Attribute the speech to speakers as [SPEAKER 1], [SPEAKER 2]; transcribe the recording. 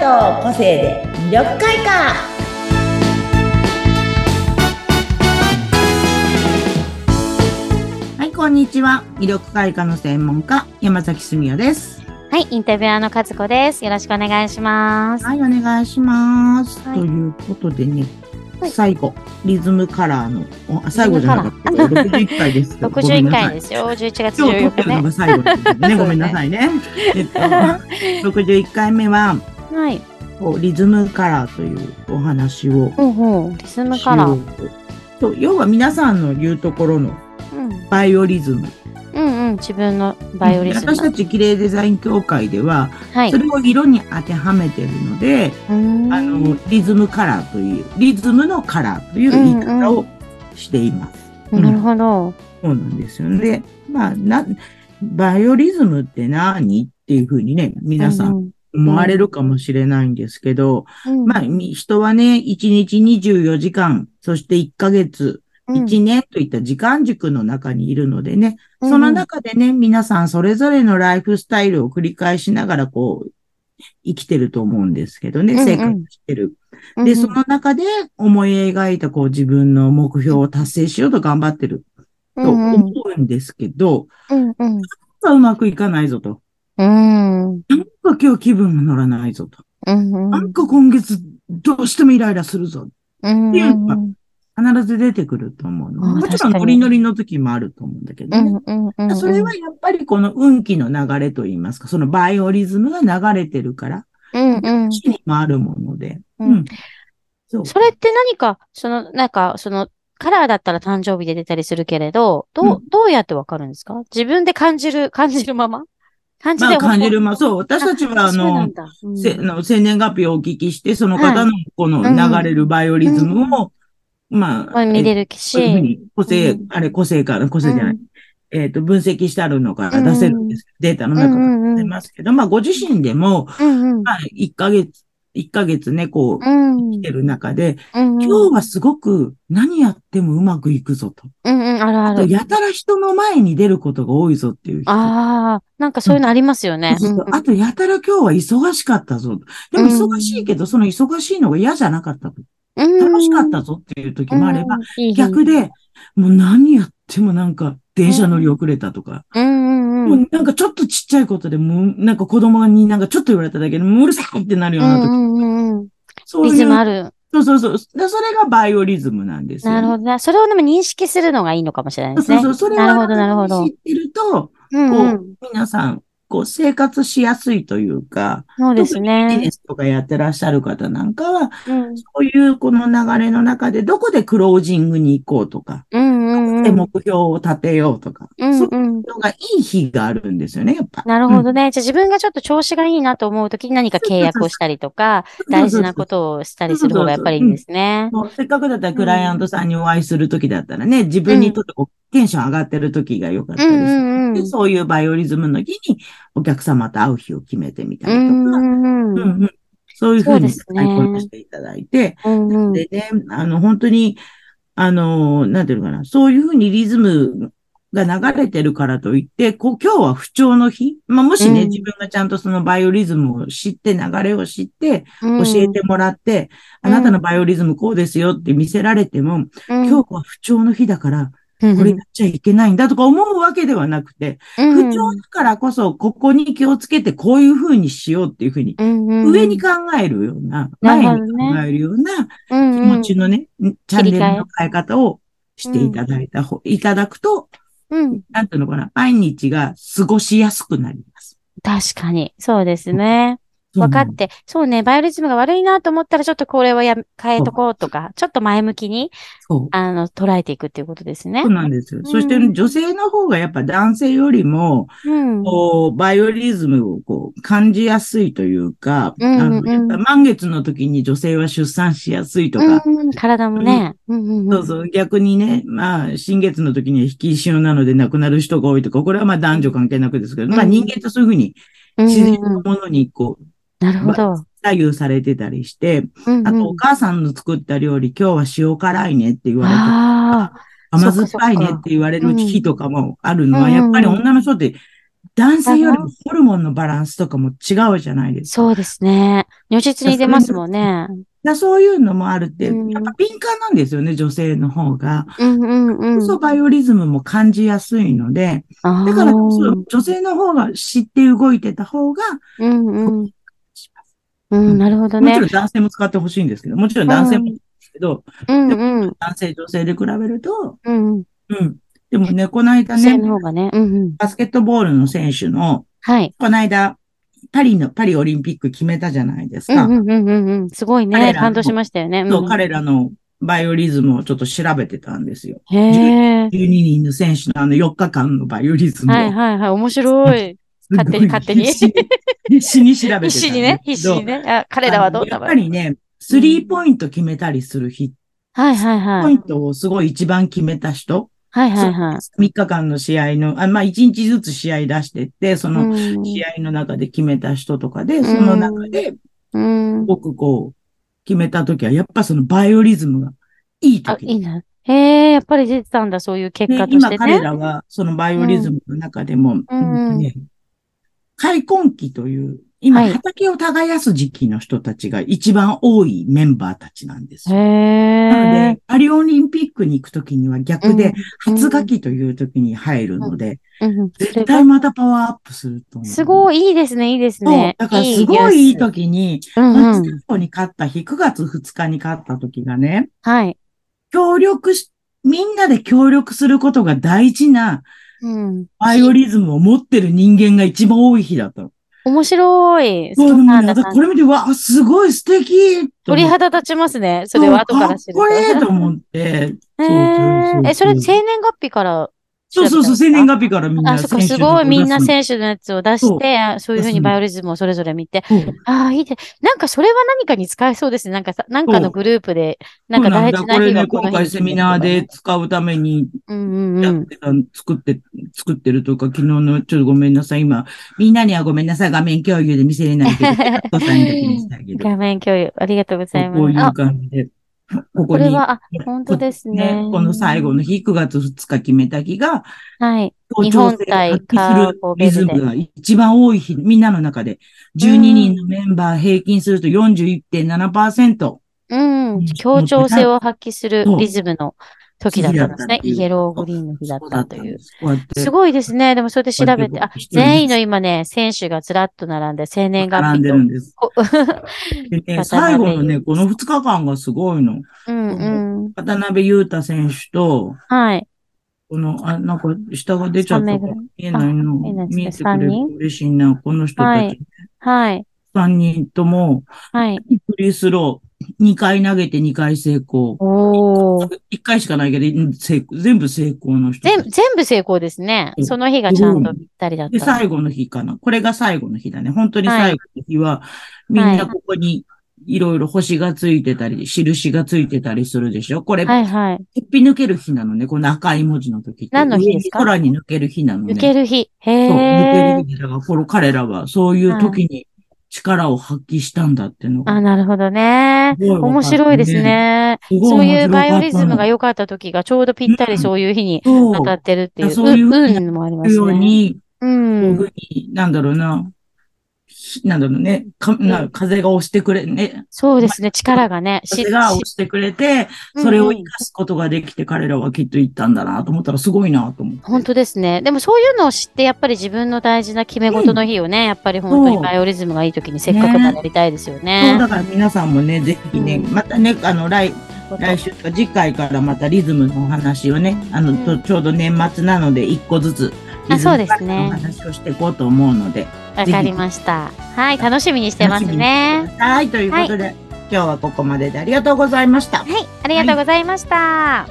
[SPEAKER 1] の個性で魅力開花はいこんにちは魅力開花の専門家山崎すみよです
[SPEAKER 2] はい、インタビュアーの和子です。よろしくお願いします。
[SPEAKER 1] はいお願いします、
[SPEAKER 2] はい
[SPEAKER 1] ということでね
[SPEAKER 2] はい。
[SPEAKER 1] 最後、リズムカラーの、おあ最後じゃなかった、61回ですごめん
[SPEAKER 2] 61
[SPEAKER 1] なさい
[SPEAKER 2] 回ですよ。11月
[SPEAKER 1] 今日撮っ
[SPEAKER 2] 14
[SPEAKER 1] て
[SPEAKER 2] 日
[SPEAKER 1] るの
[SPEAKER 2] ね。
[SPEAKER 1] が最後なんですね。
[SPEAKER 2] そうですね
[SPEAKER 1] ごめんなさいね。えっと、61回目は、
[SPEAKER 2] はい。
[SPEAKER 1] こうリズムカラーというお話を
[SPEAKER 2] ほうほう。リズム
[SPEAKER 1] し
[SPEAKER 2] カラ
[SPEAKER 1] よ
[SPEAKER 2] ー。
[SPEAKER 1] うと。と要は皆さんの言うところの
[SPEAKER 2] うん。
[SPEAKER 1] バイオリズム。
[SPEAKER 2] うんうん。自分のバイオリズム。
[SPEAKER 1] 私たち綺麗デザイン協会では、
[SPEAKER 2] はい。
[SPEAKER 1] それを色に当てはめてるので、
[SPEAKER 2] あ
[SPEAKER 1] あの、リズムカラーという、リズムのカラーという言い方をしています。うん
[SPEAKER 2] なるほど。
[SPEAKER 1] そうなんですよね。で、まあ、な、バイオリズムって何っていうふうにね、皆さん
[SPEAKER 2] うん
[SPEAKER 1] 思われるかもしれないんですけど、
[SPEAKER 2] うん。
[SPEAKER 1] まあ、み人はね、1日24時間、そして1ヶ月、
[SPEAKER 2] うん、
[SPEAKER 1] 1年といった時間軸の中にいるのでね、
[SPEAKER 2] うん
[SPEAKER 1] その、中でね、皆さんそれぞれのライフスタイルを繰り返しながら、こう、生きてると思うんですけどね、
[SPEAKER 2] うんうん
[SPEAKER 1] 生活してる。
[SPEAKER 2] うん
[SPEAKER 1] で、そ、の中で思い描いた、こう、自分の目標を達成しようと頑張ってる
[SPEAKER 2] う
[SPEAKER 1] と
[SPEAKER 2] んうん
[SPEAKER 1] 思うんですけど、
[SPEAKER 2] うんうん。
[SPEAKER 1] なんかうまくいかないぞと。
[SPEAKER 2] うん。うん
[SPEAKER 1] なんか今日気分が乗らないぞと。
[SPEAKER 2] うん。
[SPEAKER 1] なんか今月どうしてもイライラするぞ。
[SPEAKER 2] うん
[SPEAKER 1] っていう
[SPEAKER 2] う
[SPEAKER 1] の
[SPEAKER 2] ん
[SPEAKER 1] が必ず出てくると思うの。
[SPEAKER 2] あー
[SPEAKER 1] もちろん
[SPEAKER 2] 確かに
[SPEAKER 1] ノリノリの時もあると思うんだけ
[SPEAKER 2] う
[SPEAKER 1] どね。
[SPEAKER 2] んうんうん。
[SPEAKER 1] それはやっぱりこの運気の流れといいますか、そのバイオリズムが流れてるから、
[SPEAKER 2] うんうん。
[SPEAKER 1] 気にもあるもので。う
[SPEAKER 2] う
[SPEAKER 1] んん。そう。
[SPEAKER 2] それって何か、その、なんか、その、カラーだったら誕生日で出たりするけれど、どう、どうやってわかるんですか自分で感 じる、感じるまま感じ
[SPEAKER 1] ま
[SPEAKER 2] で
[SPEAKER 1] あ感じる
[SPEAKER 2] ま
[SPEAKER 1] ま、そう。私たちはあ
[SPEAKER 2] そうな
[SPEAKER 1] の
[SPEAKER 2] ん、だ。うん
[SPEAKER 1] せの生年月日をお聞きして、その方のこの流れるバイオリズムを、ま
[SPEAKER 2] ま
[SPEAKER 1] あ、
[SPEAKER 2] あ見れる
[SPEAKER 1] そういうふう
[SPEAKER 2] し、
[SPEAKER 1] に、個性、
[SPEAKER 2] うん
[SPEAKER 1] あれ、個性から、個性じゃない、えっ、と、分析してあるのが出せるんです。データの中から出ますけど、まあ、ご自身でも、
[SPEAKER 2] うんうん。
[SPEAKER 1] まあ、1ヶ月、一ヶ月ね、こう、
[SPEAKER 2] うん
[SPEAKER 1] 生きてる中で、
[SPEAKER 2] うん
[SPEAKER 1] 今日はすごく何やってもうまくいくぞと。
[SPEAKER 2] うんうん、あるあ
[SPEAKER 1] あと、
[SPEAKER 2] る。
[SPEAKER 1] やたら人の前に出ることが多いぞっていう人。
[SPEAKER 2] ああ、なんかそういうのありますよね。
[SPEAKER 1] そうそう
[SPEAKER 2] うんうん
[SPEAKER 1] あと、やたら今日は忙しかったぞ。でも、
[SPEAKER 2] うん
[SPEAKER 1] 忙しいけど、その忙しいのが嫌じゃなかったと。
[SPEAKER 2] うん
[SPEAKER 1] 楽しかったぞっていう時もあれば、、
[SPEAKER 2] うんいい
[SPEAKER 1] 逆で、もう何やってもなんか電車乗り遅れたとか、
[SPEAKER 2] うんうんう
[SPEAKER 1] も
[SPEAKER 2] ん。
[SPEAKER 1] うなんかちょっとちっちゃいことでもうなんか子供になんかちょっと言われただけでもううるさいってなる
[SPEAKER 2] う
[SPEAKER 1] ような時、
[SPEAKER 2] んうんうん。
[SPEAKER 1] そう
[SPEAKER 2] リ
[SPEAKER 1] い
[SPEAKER 2] ズムあ
[SPEAKER 1] う、
[SPEAKER 2] る。
[SPEAKER 1] そうそうそう、でそれがバイオリズムなんですよ、
[SPEAKER 2] なるほどな。それをでも認識するのがいいのかもしれないです
[SPEAKER 1] そう
[SPEAKER 2] ね。
[SPEAKER 1] そう、それ
[SPEAKER 2] なる
[SPEAKER 1] を
[SPEAKER 2] ほど、なるほど。
[SPEAKER 1] 知ってると、
[SPEAKER 2] うん
[SPEAKER 1] こ
[SPEAKER 2] うん。
[SPEAKER 1] う、皆さん、こう生活しやすいというか、
[SPEAKER 2] そうです
[SPEAKER 1] ビジ
[SPEAKER 2] ね
[SPEAKER 1] ネ。スとかやってらっしゃる方なんかは、
[SPEAKER 2] うん
[SPEAKER 1] そういうこの流れの中でどこでクロージングに行こうとか、
[SPEAKER 2] うんうん
[SPEAKER 1] で
[SPEAKER 2] うん。
[SPEAKER 1] 目標を立てようとか、
[SPEAKER 2] うん
[SPEAKER 1] そう
[SPEAKER 2] うん。
[SPEAKER 1] のがいい日があるんですよね、やっぱ。
[SPEAKER 2] なるほどね。じゃあ自分がちょっと調子がいいなと思うときに何か契約をしたりとか、
[SPEAKER 1] うん。。
[SPEAKER 2] 大事なこととをしたりする方がやっぱりいいんですね。
[SPEAKER 1] もうせっかくだったらクライアントさんにお会いするときだったらね、自分にとってこうテンション上がってるときが良かっ
[SPEAKER 2] う
[SPEAKER 1] たりする
[SPEAKER 2] んうんう
[SPEAKER 1] で
[SPEAKER 2] ん。
[SPEAKER 1] そういうバイオリズムの日にお客様と会う日を決めてみた
[SPEAKER 2] う
[SPEAKER 1] りとか、うん
[SPEAKER 2] んうん
[SPEAKER 1] うんそういうふうに
[SPEAKER 2] そうです
[SPEAKER 1] 対
[SPEAKER 2] ね
[SPEAKER 1] 抗していただいて、
[SPEAKER 2] うん。
[SPEAKER 1] でね、あの、本当に、あの、なんていうのかな、そういうふうにリズムが流れてるからといって、こう、今日は不調の日、まあ、もしね、
[SPEAKER 2] うん
[SPEAKER 1] 自分がちゃんとそのバイオリズムを知って、流れを知って、
[SPEAKER 2] 教
[SPEAKER 1] 教えてもらって、
[SPEAKER 2] うん
[SPEAKER 1] あなたのバイオリズムこうですよって見せられても、今日は不調の日だから、
[SPEAKER 2] 日
[SPEAKER 1] これやっちゃいけないんだとか思うわけではなくて、不調だからこそ、ここに気をつけて、こういうふうにしようっていうふうに、上に考えるような、
[SPEAKER 2] な
[SPEAKER 1] 前
[SPEAKER 2] る
[SPEAKER 1] に
[SPEAKER 2] ほどね
[SPEAKER 1] 考えるような、
[SPEAKER 2] 気
[SPEAKER 1] 気持ちのね、チャンネルの変え方をしていただいた方、いただくと、
[SPEAKER 2] うん。
[SPEAKER 1] なんていうのかな、毎日が過ごしやすくなります。
[SPEAKER 2] 確かに。そうですね。分かって、そうね、バイオリズムが悪いなと思ったら、ちょっとこれはやめ変えとこうとか、ちょっと前向きに、
[SPEAKER 1] そう。
[SPEAKER 2] あの、捉えていくっていうことですね
[SPEAKER 1] そう。なんですよ。
[SPEAKER 2] ん
[SPEAKER 1] そして女性の方がやっぱ男性よりも、
[SPEAKER 2] うん。
[SPEAKER 1] こう、バイオリズムをこう感じやすいというか、
[SPEAKER 2] うんうんうん
[SPEAKER 1] あのやっぱ満月の時に女性は出産しやすいとか、
[SPEAKER 2] うん、体もね。うんうんうん
[SPEAKER 1] そうそう、逆にね、まあ、新月の時には引き潮なので亡くなる人が多いとか、これはまあ男女関係なくですけど、まあ人間とそういうふうに
[SPEAKER 2] うん
[SPEAKER 1] 自然
[SPEAKER 2] うんう
[SPEAKER 1] の
[SPEAKER 2] ん
[SPEAKER 1] ものにこう、
[SPEAKER 2] なるほど。
[SPEAKER 1] 左右されてたりして、
[SPEAKER 2] うん
[SPEAKER 1] あと
[SPEAKER 2] うん
[SPEAKER 1] お母さんの作った料理、今日は塩辛いねって言われて、
[SPEAKER 2] ああ、
[SPEAKER 1] 甘酸っぱいね
[SPEAKER 2] そっかそっか
[SPEAKER 1] って言われる日とかもあるの
[SPEAKER 2] う
[SPEAKER 1] は、
[SPEAKER 2] んうんうん
[SPEAKER 1] やっぱり女の人って男性よりもホルモンのバランスとかも違うじゃないですか。
[SPEAKER 2] そうですね。如実に出ますもんね。
[SPEAKER 1] だそういうのもあるって、やっ
[SPEAKER 2] うん
[SPEAKER 1] ぱ敏感なんですよね、女性の方が。
[SPEAKER 2] うんうんうん。
[SPEAKER 1] 嘘バイオリズムも感じやすいので、
[SPEAKER 2] あー
[SPEAKER 1] だからこそ女性の方が知って動いてた方が、
[SPEAKER 2] うんうん。うん、なるほど
[SPEAKER 1] も
[SPEAKER 2] ね
[SPEAKER 1] ちろ。ん男性も使ってほしいんですけど、もちろん男性もいいんですけど、
[SPEAKER 2] うんうん。
[SPEAKER 1] 男性、女性で比べると、
[SPEAKER 2] うんうん。
[SPEAKER 1] うん。でもね、この間
[SPEAKER 2] 女性の
[SPEAKER 1] ね、
[SPEAKER 2] 方がね。うんうん。
[SPEAKER 1] バスケットボールの選手の、
[SPEAKER 2] はい。
[SPEAKER 1] この間、パリの、パリオリンピック決めたじゃないです
[SPEAKER 2] うん
[SPEAKER 1] か。
[SPEAKER 2] うんうんうんうん。すごい
[SPEAKER 1] 彼
[SPEAKER 2] ね。
[SPEAKER 1] ら
[SPEAKER 2] 感動しましたよね。
[SPEAKER 1] そう
[SPEAKER 2] うん
[SPEAKER 1] 彼らのバイオリズムをちょっと調べてたんですよ。
[SPEAKER 2] へえ。
[SPEAKER 1] 12人の選手のあの4日間のバイオリズムを。
[SPEAKER 2] はいはいはい。面白い。
[SPEAKER 1] すごい
[SPEAKER 2] 勝手に勝手に
[SPEAKER 1] 必死必死に調べてたんで
[SPEAKER 2] 必
[SPEAKER 1] すけど。
[SPEAKER 2] 死にね。必死にね。あ、彼らはどん
[SPEAKER 1] あ
[SPEAKER 2] な
[SPEAKER 1] のやっぱりね、スリーポイント決めたりする日、
[SPEAKER 2] はいはいは
[SPEAKER 1] ポイ
[SPEAKER 2] い。
[SPEAKER 1] ントをすごい一番決めた人、
[SPEAKER 2] はいはいはい。
[SPEAKER 1] 3日間の試合の、あまあ1日ずつ試合出してって、その
[SPEAKER 2] うん
[SPEAKER 1] 試合の中で決めた人とかで、その中で
[SPEAKER 2] うん。
[SPEAKER 1] 僕こう、決めた時は、やっぱそのバイオリズムがいい
[SPEAKER 2] あ、
[SPEAKER 1] 時
[SPEAKER 2] いいな。へえ、やっぱり出てたんだ、そういう結
[SPEAKER 1] で
[SPEAKER 2] 果とし
[SPEAKER 1] 今
[SPEAKER 2] て
[SPEAKER 1] 彼
[SPEAKER 2] ね。
[SPEAKER 1] らはそのバイオリズムの中でも、
[SPEAKER 2] うん
[SPEAKER 1] うんね開墾期という、今
[SPEAKER 2] はい
[SPEAKER 1] 畑を耕す時期の人たちが一番多いメンバーたちなんです
[SPEAKER 2] へ
[SPEAKER 1] よ。なの
[SPEAKER 2] え
[SPEAKER 1] で、。パリオリンピックに行くときには逆で、
[SPEAKER 2] うん
[SPEAKER 1] 初書きというときに入るので、
[SPEAKER 2] うんうん
[SPEAKER 1] 絶対またパワーアップすると思う。
[SPEAKER 2] すごい、いいですね、いいです
[SPEAKER 1] そう
[SPEAKER 2] ね。。
[SPEAKER 1] だからすごいいい
[SPEAKER 2] ニュース
[SPEAKER 1] 時に、
[SPEAKER 2] うんう
[SPEAKER 1] 松
[SPEAKER 2] ん。
[SPEAKER 1] 田子に勝った日、9月2日に勝った時がね、
[SPEAKER 2] はい。
[SPEAKER 1] 協力し、みんなで協力することが大事な
[SPEAKER 2] うん。
[SPEAKER 1] バイオリズムを持ってる人間が一番多い日だったの。
[SPEAKER 2] 面白い。
[SPEAKER 1] そう、で
[SPEAKER 2] そうな
[SPEAKER 1] も
[SPEAKER 2] ん
[SPEAKER 1] ね、
[SPEAKER 2] だ
[SPEAKER 1] 私これ見て、わあ、すごい素敵と
[SPEAKER 2] 鳥
[SPEAKER 1] 思って
[SPEAKER 2] 肌立ちますね。それは後から知ると。
[SPEAKER 1] そうかっこいいと思って。
[SPEAKER 2] へ
[SPEAKER 1] そうそうそう
[SPEAKER 2] え。え、それ生年月日から調
[SPEAKER 1] そうそう
[SPEAKER 2] べたんです
[SPEAKER 1] そ
[SPEAKER 2] か
[SPEAKER 1] う、生年月日からみんな
[SPEAKER 2] あ、そっか、すごい。みんな選手のやつを出して、そういうふうにバイオリズムをそれぞれ見て。
[SPEAKER 1] 手の。そう
[SPEAKER 2] ああ、いいで。なんかそれは何かに使えそうですね。なんかさ、なんかのグループで、なんか大事な
[SPEAKER 1] そう
[SPEAKER 2] 日
[SPEAKER 1] んだ
[SPEAKER 2] は
[SPEAKER 1] こ
[SPEAKER 2] こ
[SPEAKER 1] れね、
[SPEAKER 2] の
[SPEAKER 1] 今回
[SPEAKER 2] 日
[SPEAKER 1] セミナーで。使うために
[SPEAKER 2] うんうんう
[SPEAKER 1] やっ
[SPEAKER 2] ん。
[SPEAKER 1] てた、作って、作ってるとか、昨日の、ちょっとごめんなさい、今、みんなにはごめんなさい、画面共有で見せれないけど、やっとさんだけにしてあげる。
[SPEAKER 2] 画面共有、ありがとうございます。
[SPEAKER 1] こうい
[SPEAKER 2] あ
[SPEAKER 1] う、感じで、ここ
[SPEAKER 2] これ
[SPEAKER 1] に、
[SPEAKER 2] は、あ、本当ですね。
[SPEAKER 1] この最後の日、9月2日決めた日が、
[SPEAKER 2] はい。
[SPEAKER 1] 協調性を発揮するリズムが一番多い日、みんなの中で、12人のメンバー平均すると41.7%。
[SPEAKER 2] うん。協調性を発揮する
[SPEAKER 1] そう
[SPEAKER 2] リズムの時だったんです
[SPEAKER 1] 日だったっ
[SPEAKER 2] ね。
[SPEAKER 1] ていう
[SPEAKER 2] イエローグリーンの日だったという。
[SPEAKER 1] そうだったんです。
[SPEAKER 2] す
[SPEAKER 1] こ
[SPEAKER 2] ごいですね。でもそれで調べて、あ
[SPEAKER 1] こうやって、
[SPEAKER 2] 全員の今ね、選手がずらっと並んで、生
[SPEAKER 1] うや
[SPEAKER 2] 年
[SPEAKER 1] って並ん
[SPEAKER 2] 月日
[SPEAKER 1] で
[SPEAKER 2] と
[SPEAKER 1] る。んです。
[SPEAKER 2] こ
[SPEAKER 1] でね、
[SPEAKER 2] 渡辺
[SPEAKER 1] 最後のね、この2日間がすごいの。
[SPEAKER 2] うんうん。
[SPEAKER 1] 渡辺裕太選手と、
[SPEAKER 2] はい。
[SPEAKER 1] この、あ、なんか、下が出ちゃったから見えないの。
[SPEAKER 2] 名ぐらいあ
[SPEAKER 1] 見えてく
[SPEAKER 2] 三
[SPEAKER 1] れる
[SPEAKER 2] 人
[SPEAKER 1] と嬉しいな。この人
[SPEAKER 2] は
[SPEAKER 1] た
[SPEAKER 2] い
[SPEAKER 1] ち。
[SPEAKER 2] はい。
[SPEAKER 1] 3人とも、
[SPEAKER 2] はい。
[SPEAKER 1] フリースロー、2回投げて2回成功。
[SPEAKER 2] おー。
[SPEAKER 1] 1回しかないけど、うん成功全部成功の人たち。
[SPEAKER 2] 全全部成功ですね
[SPEAKER 1] う。ん
[SPEAKER 2] その日がちゃんとぴったりだっ
[SPEAKER 1] で、
[SPEAKER 2] た。
[SPEAKER 1] 最後の日かな。これが最後の日だね。本当に最後の日は、みんなここにいろいろ星がついてたり、印がついてたりするでしょ。これ、
[SPEAKER 2] はいはい。
[SPEAKER 1] 突っぴ抜ける日なのね。この赤い文字の時って。
[SPEAKER 2] 何の日ですか
[SPEAKER 1] 上に空に抜ける日なのね。
[SPEAKER 2] 抜ける日。へ
[SPEAKER 1] そう、抜け。
[SPEAKER 2] え
[SPEAKER 1] る日だから、この彼らはそういう時に力を発揮したんだっていうのが。
[SPEAKER 2] あ、なるほどね。
[SPEAKER 1] すごい分かったね
[SPEAKER 2] 面白いですね。
[SPEAKER 1] すご
[SPEAKER 2] そうい
[SPEAKER 1] 面
[SPEAKER 2] う
[SPEAKER 1] 白かっ
[SPEAKER 2] バ
[SPEAKER 1] た
[SPEAKER 2] イ
[SPEAKER 1] の
[SPEAKER 2] オリズムが良かった時がちょうどぴったりそういう日に
[SPEAKER 1] そう
[SPEAKER 2] 当たってるっていう。
[SPEAKER 1] そういう風に
[SPEAKER 2] 運もありま
[SPEAKER 1] いう
[SPEAKER 2] す
[SPEAKER 1] よう
[SPEAKER 2] ね。
[SPEAKER 1] に、
[SPEAKER 2] う
[SPEAKER 1] こういうんふ。うに、なんだろうな、ひなんだろうね、かな風が押してくれ、ね、
[SPEAKER 2] そうですね。力がね。し
[SPEAKER 1] 風が押してくれて、
[SPEAKER 2] し
[SPEAKER 1] それを
[SPEAKER 2] うんう
[SPEAKER 1] 活
[SPEAKER 2] ん
[SPEAKER 1] かすことができて、彼らはきっと行ったんだなと思ったらすごいなと思って。
[SPEAKER 2] 本当ですね。でもそういうのを知って、やっぱり自分の大事な決め事の日をね、やっぱり本当に
[SPEAKER 1] そう
[SPEAKER 2] バイオリズムがいい時にせっかくならやりたいですよ
[SPEAKER 1] そう
[SPEAKER 2] ね。
[SPEAKER 1] だから皆さんもね、ぜひね、
[SPEAKER 2] うん
[SPEAKER 1] またね、あの、来、来週とか次回からまたリズムのお話をね、あの、と
[SPEAKER 2] うん
[SPEAKER 1] ちょうど年末なので一個ずつ、
[SPEAKER 2] あ
[SPEAKER 1] リズム
[SPEAKER 2] そうですね
[SPEAKER 1] のお話をしていこうと思うので、
[SPEAKER 2] わかりました。はい、楽しみにしてます
[SPEAKER 1] 楽しみに
[SPEAKER 2] ね。
[SPEAKER 1] してください。ということで、今日はここまででありがとうございました。
[SPEAKER 2] はい、ありがとうございました。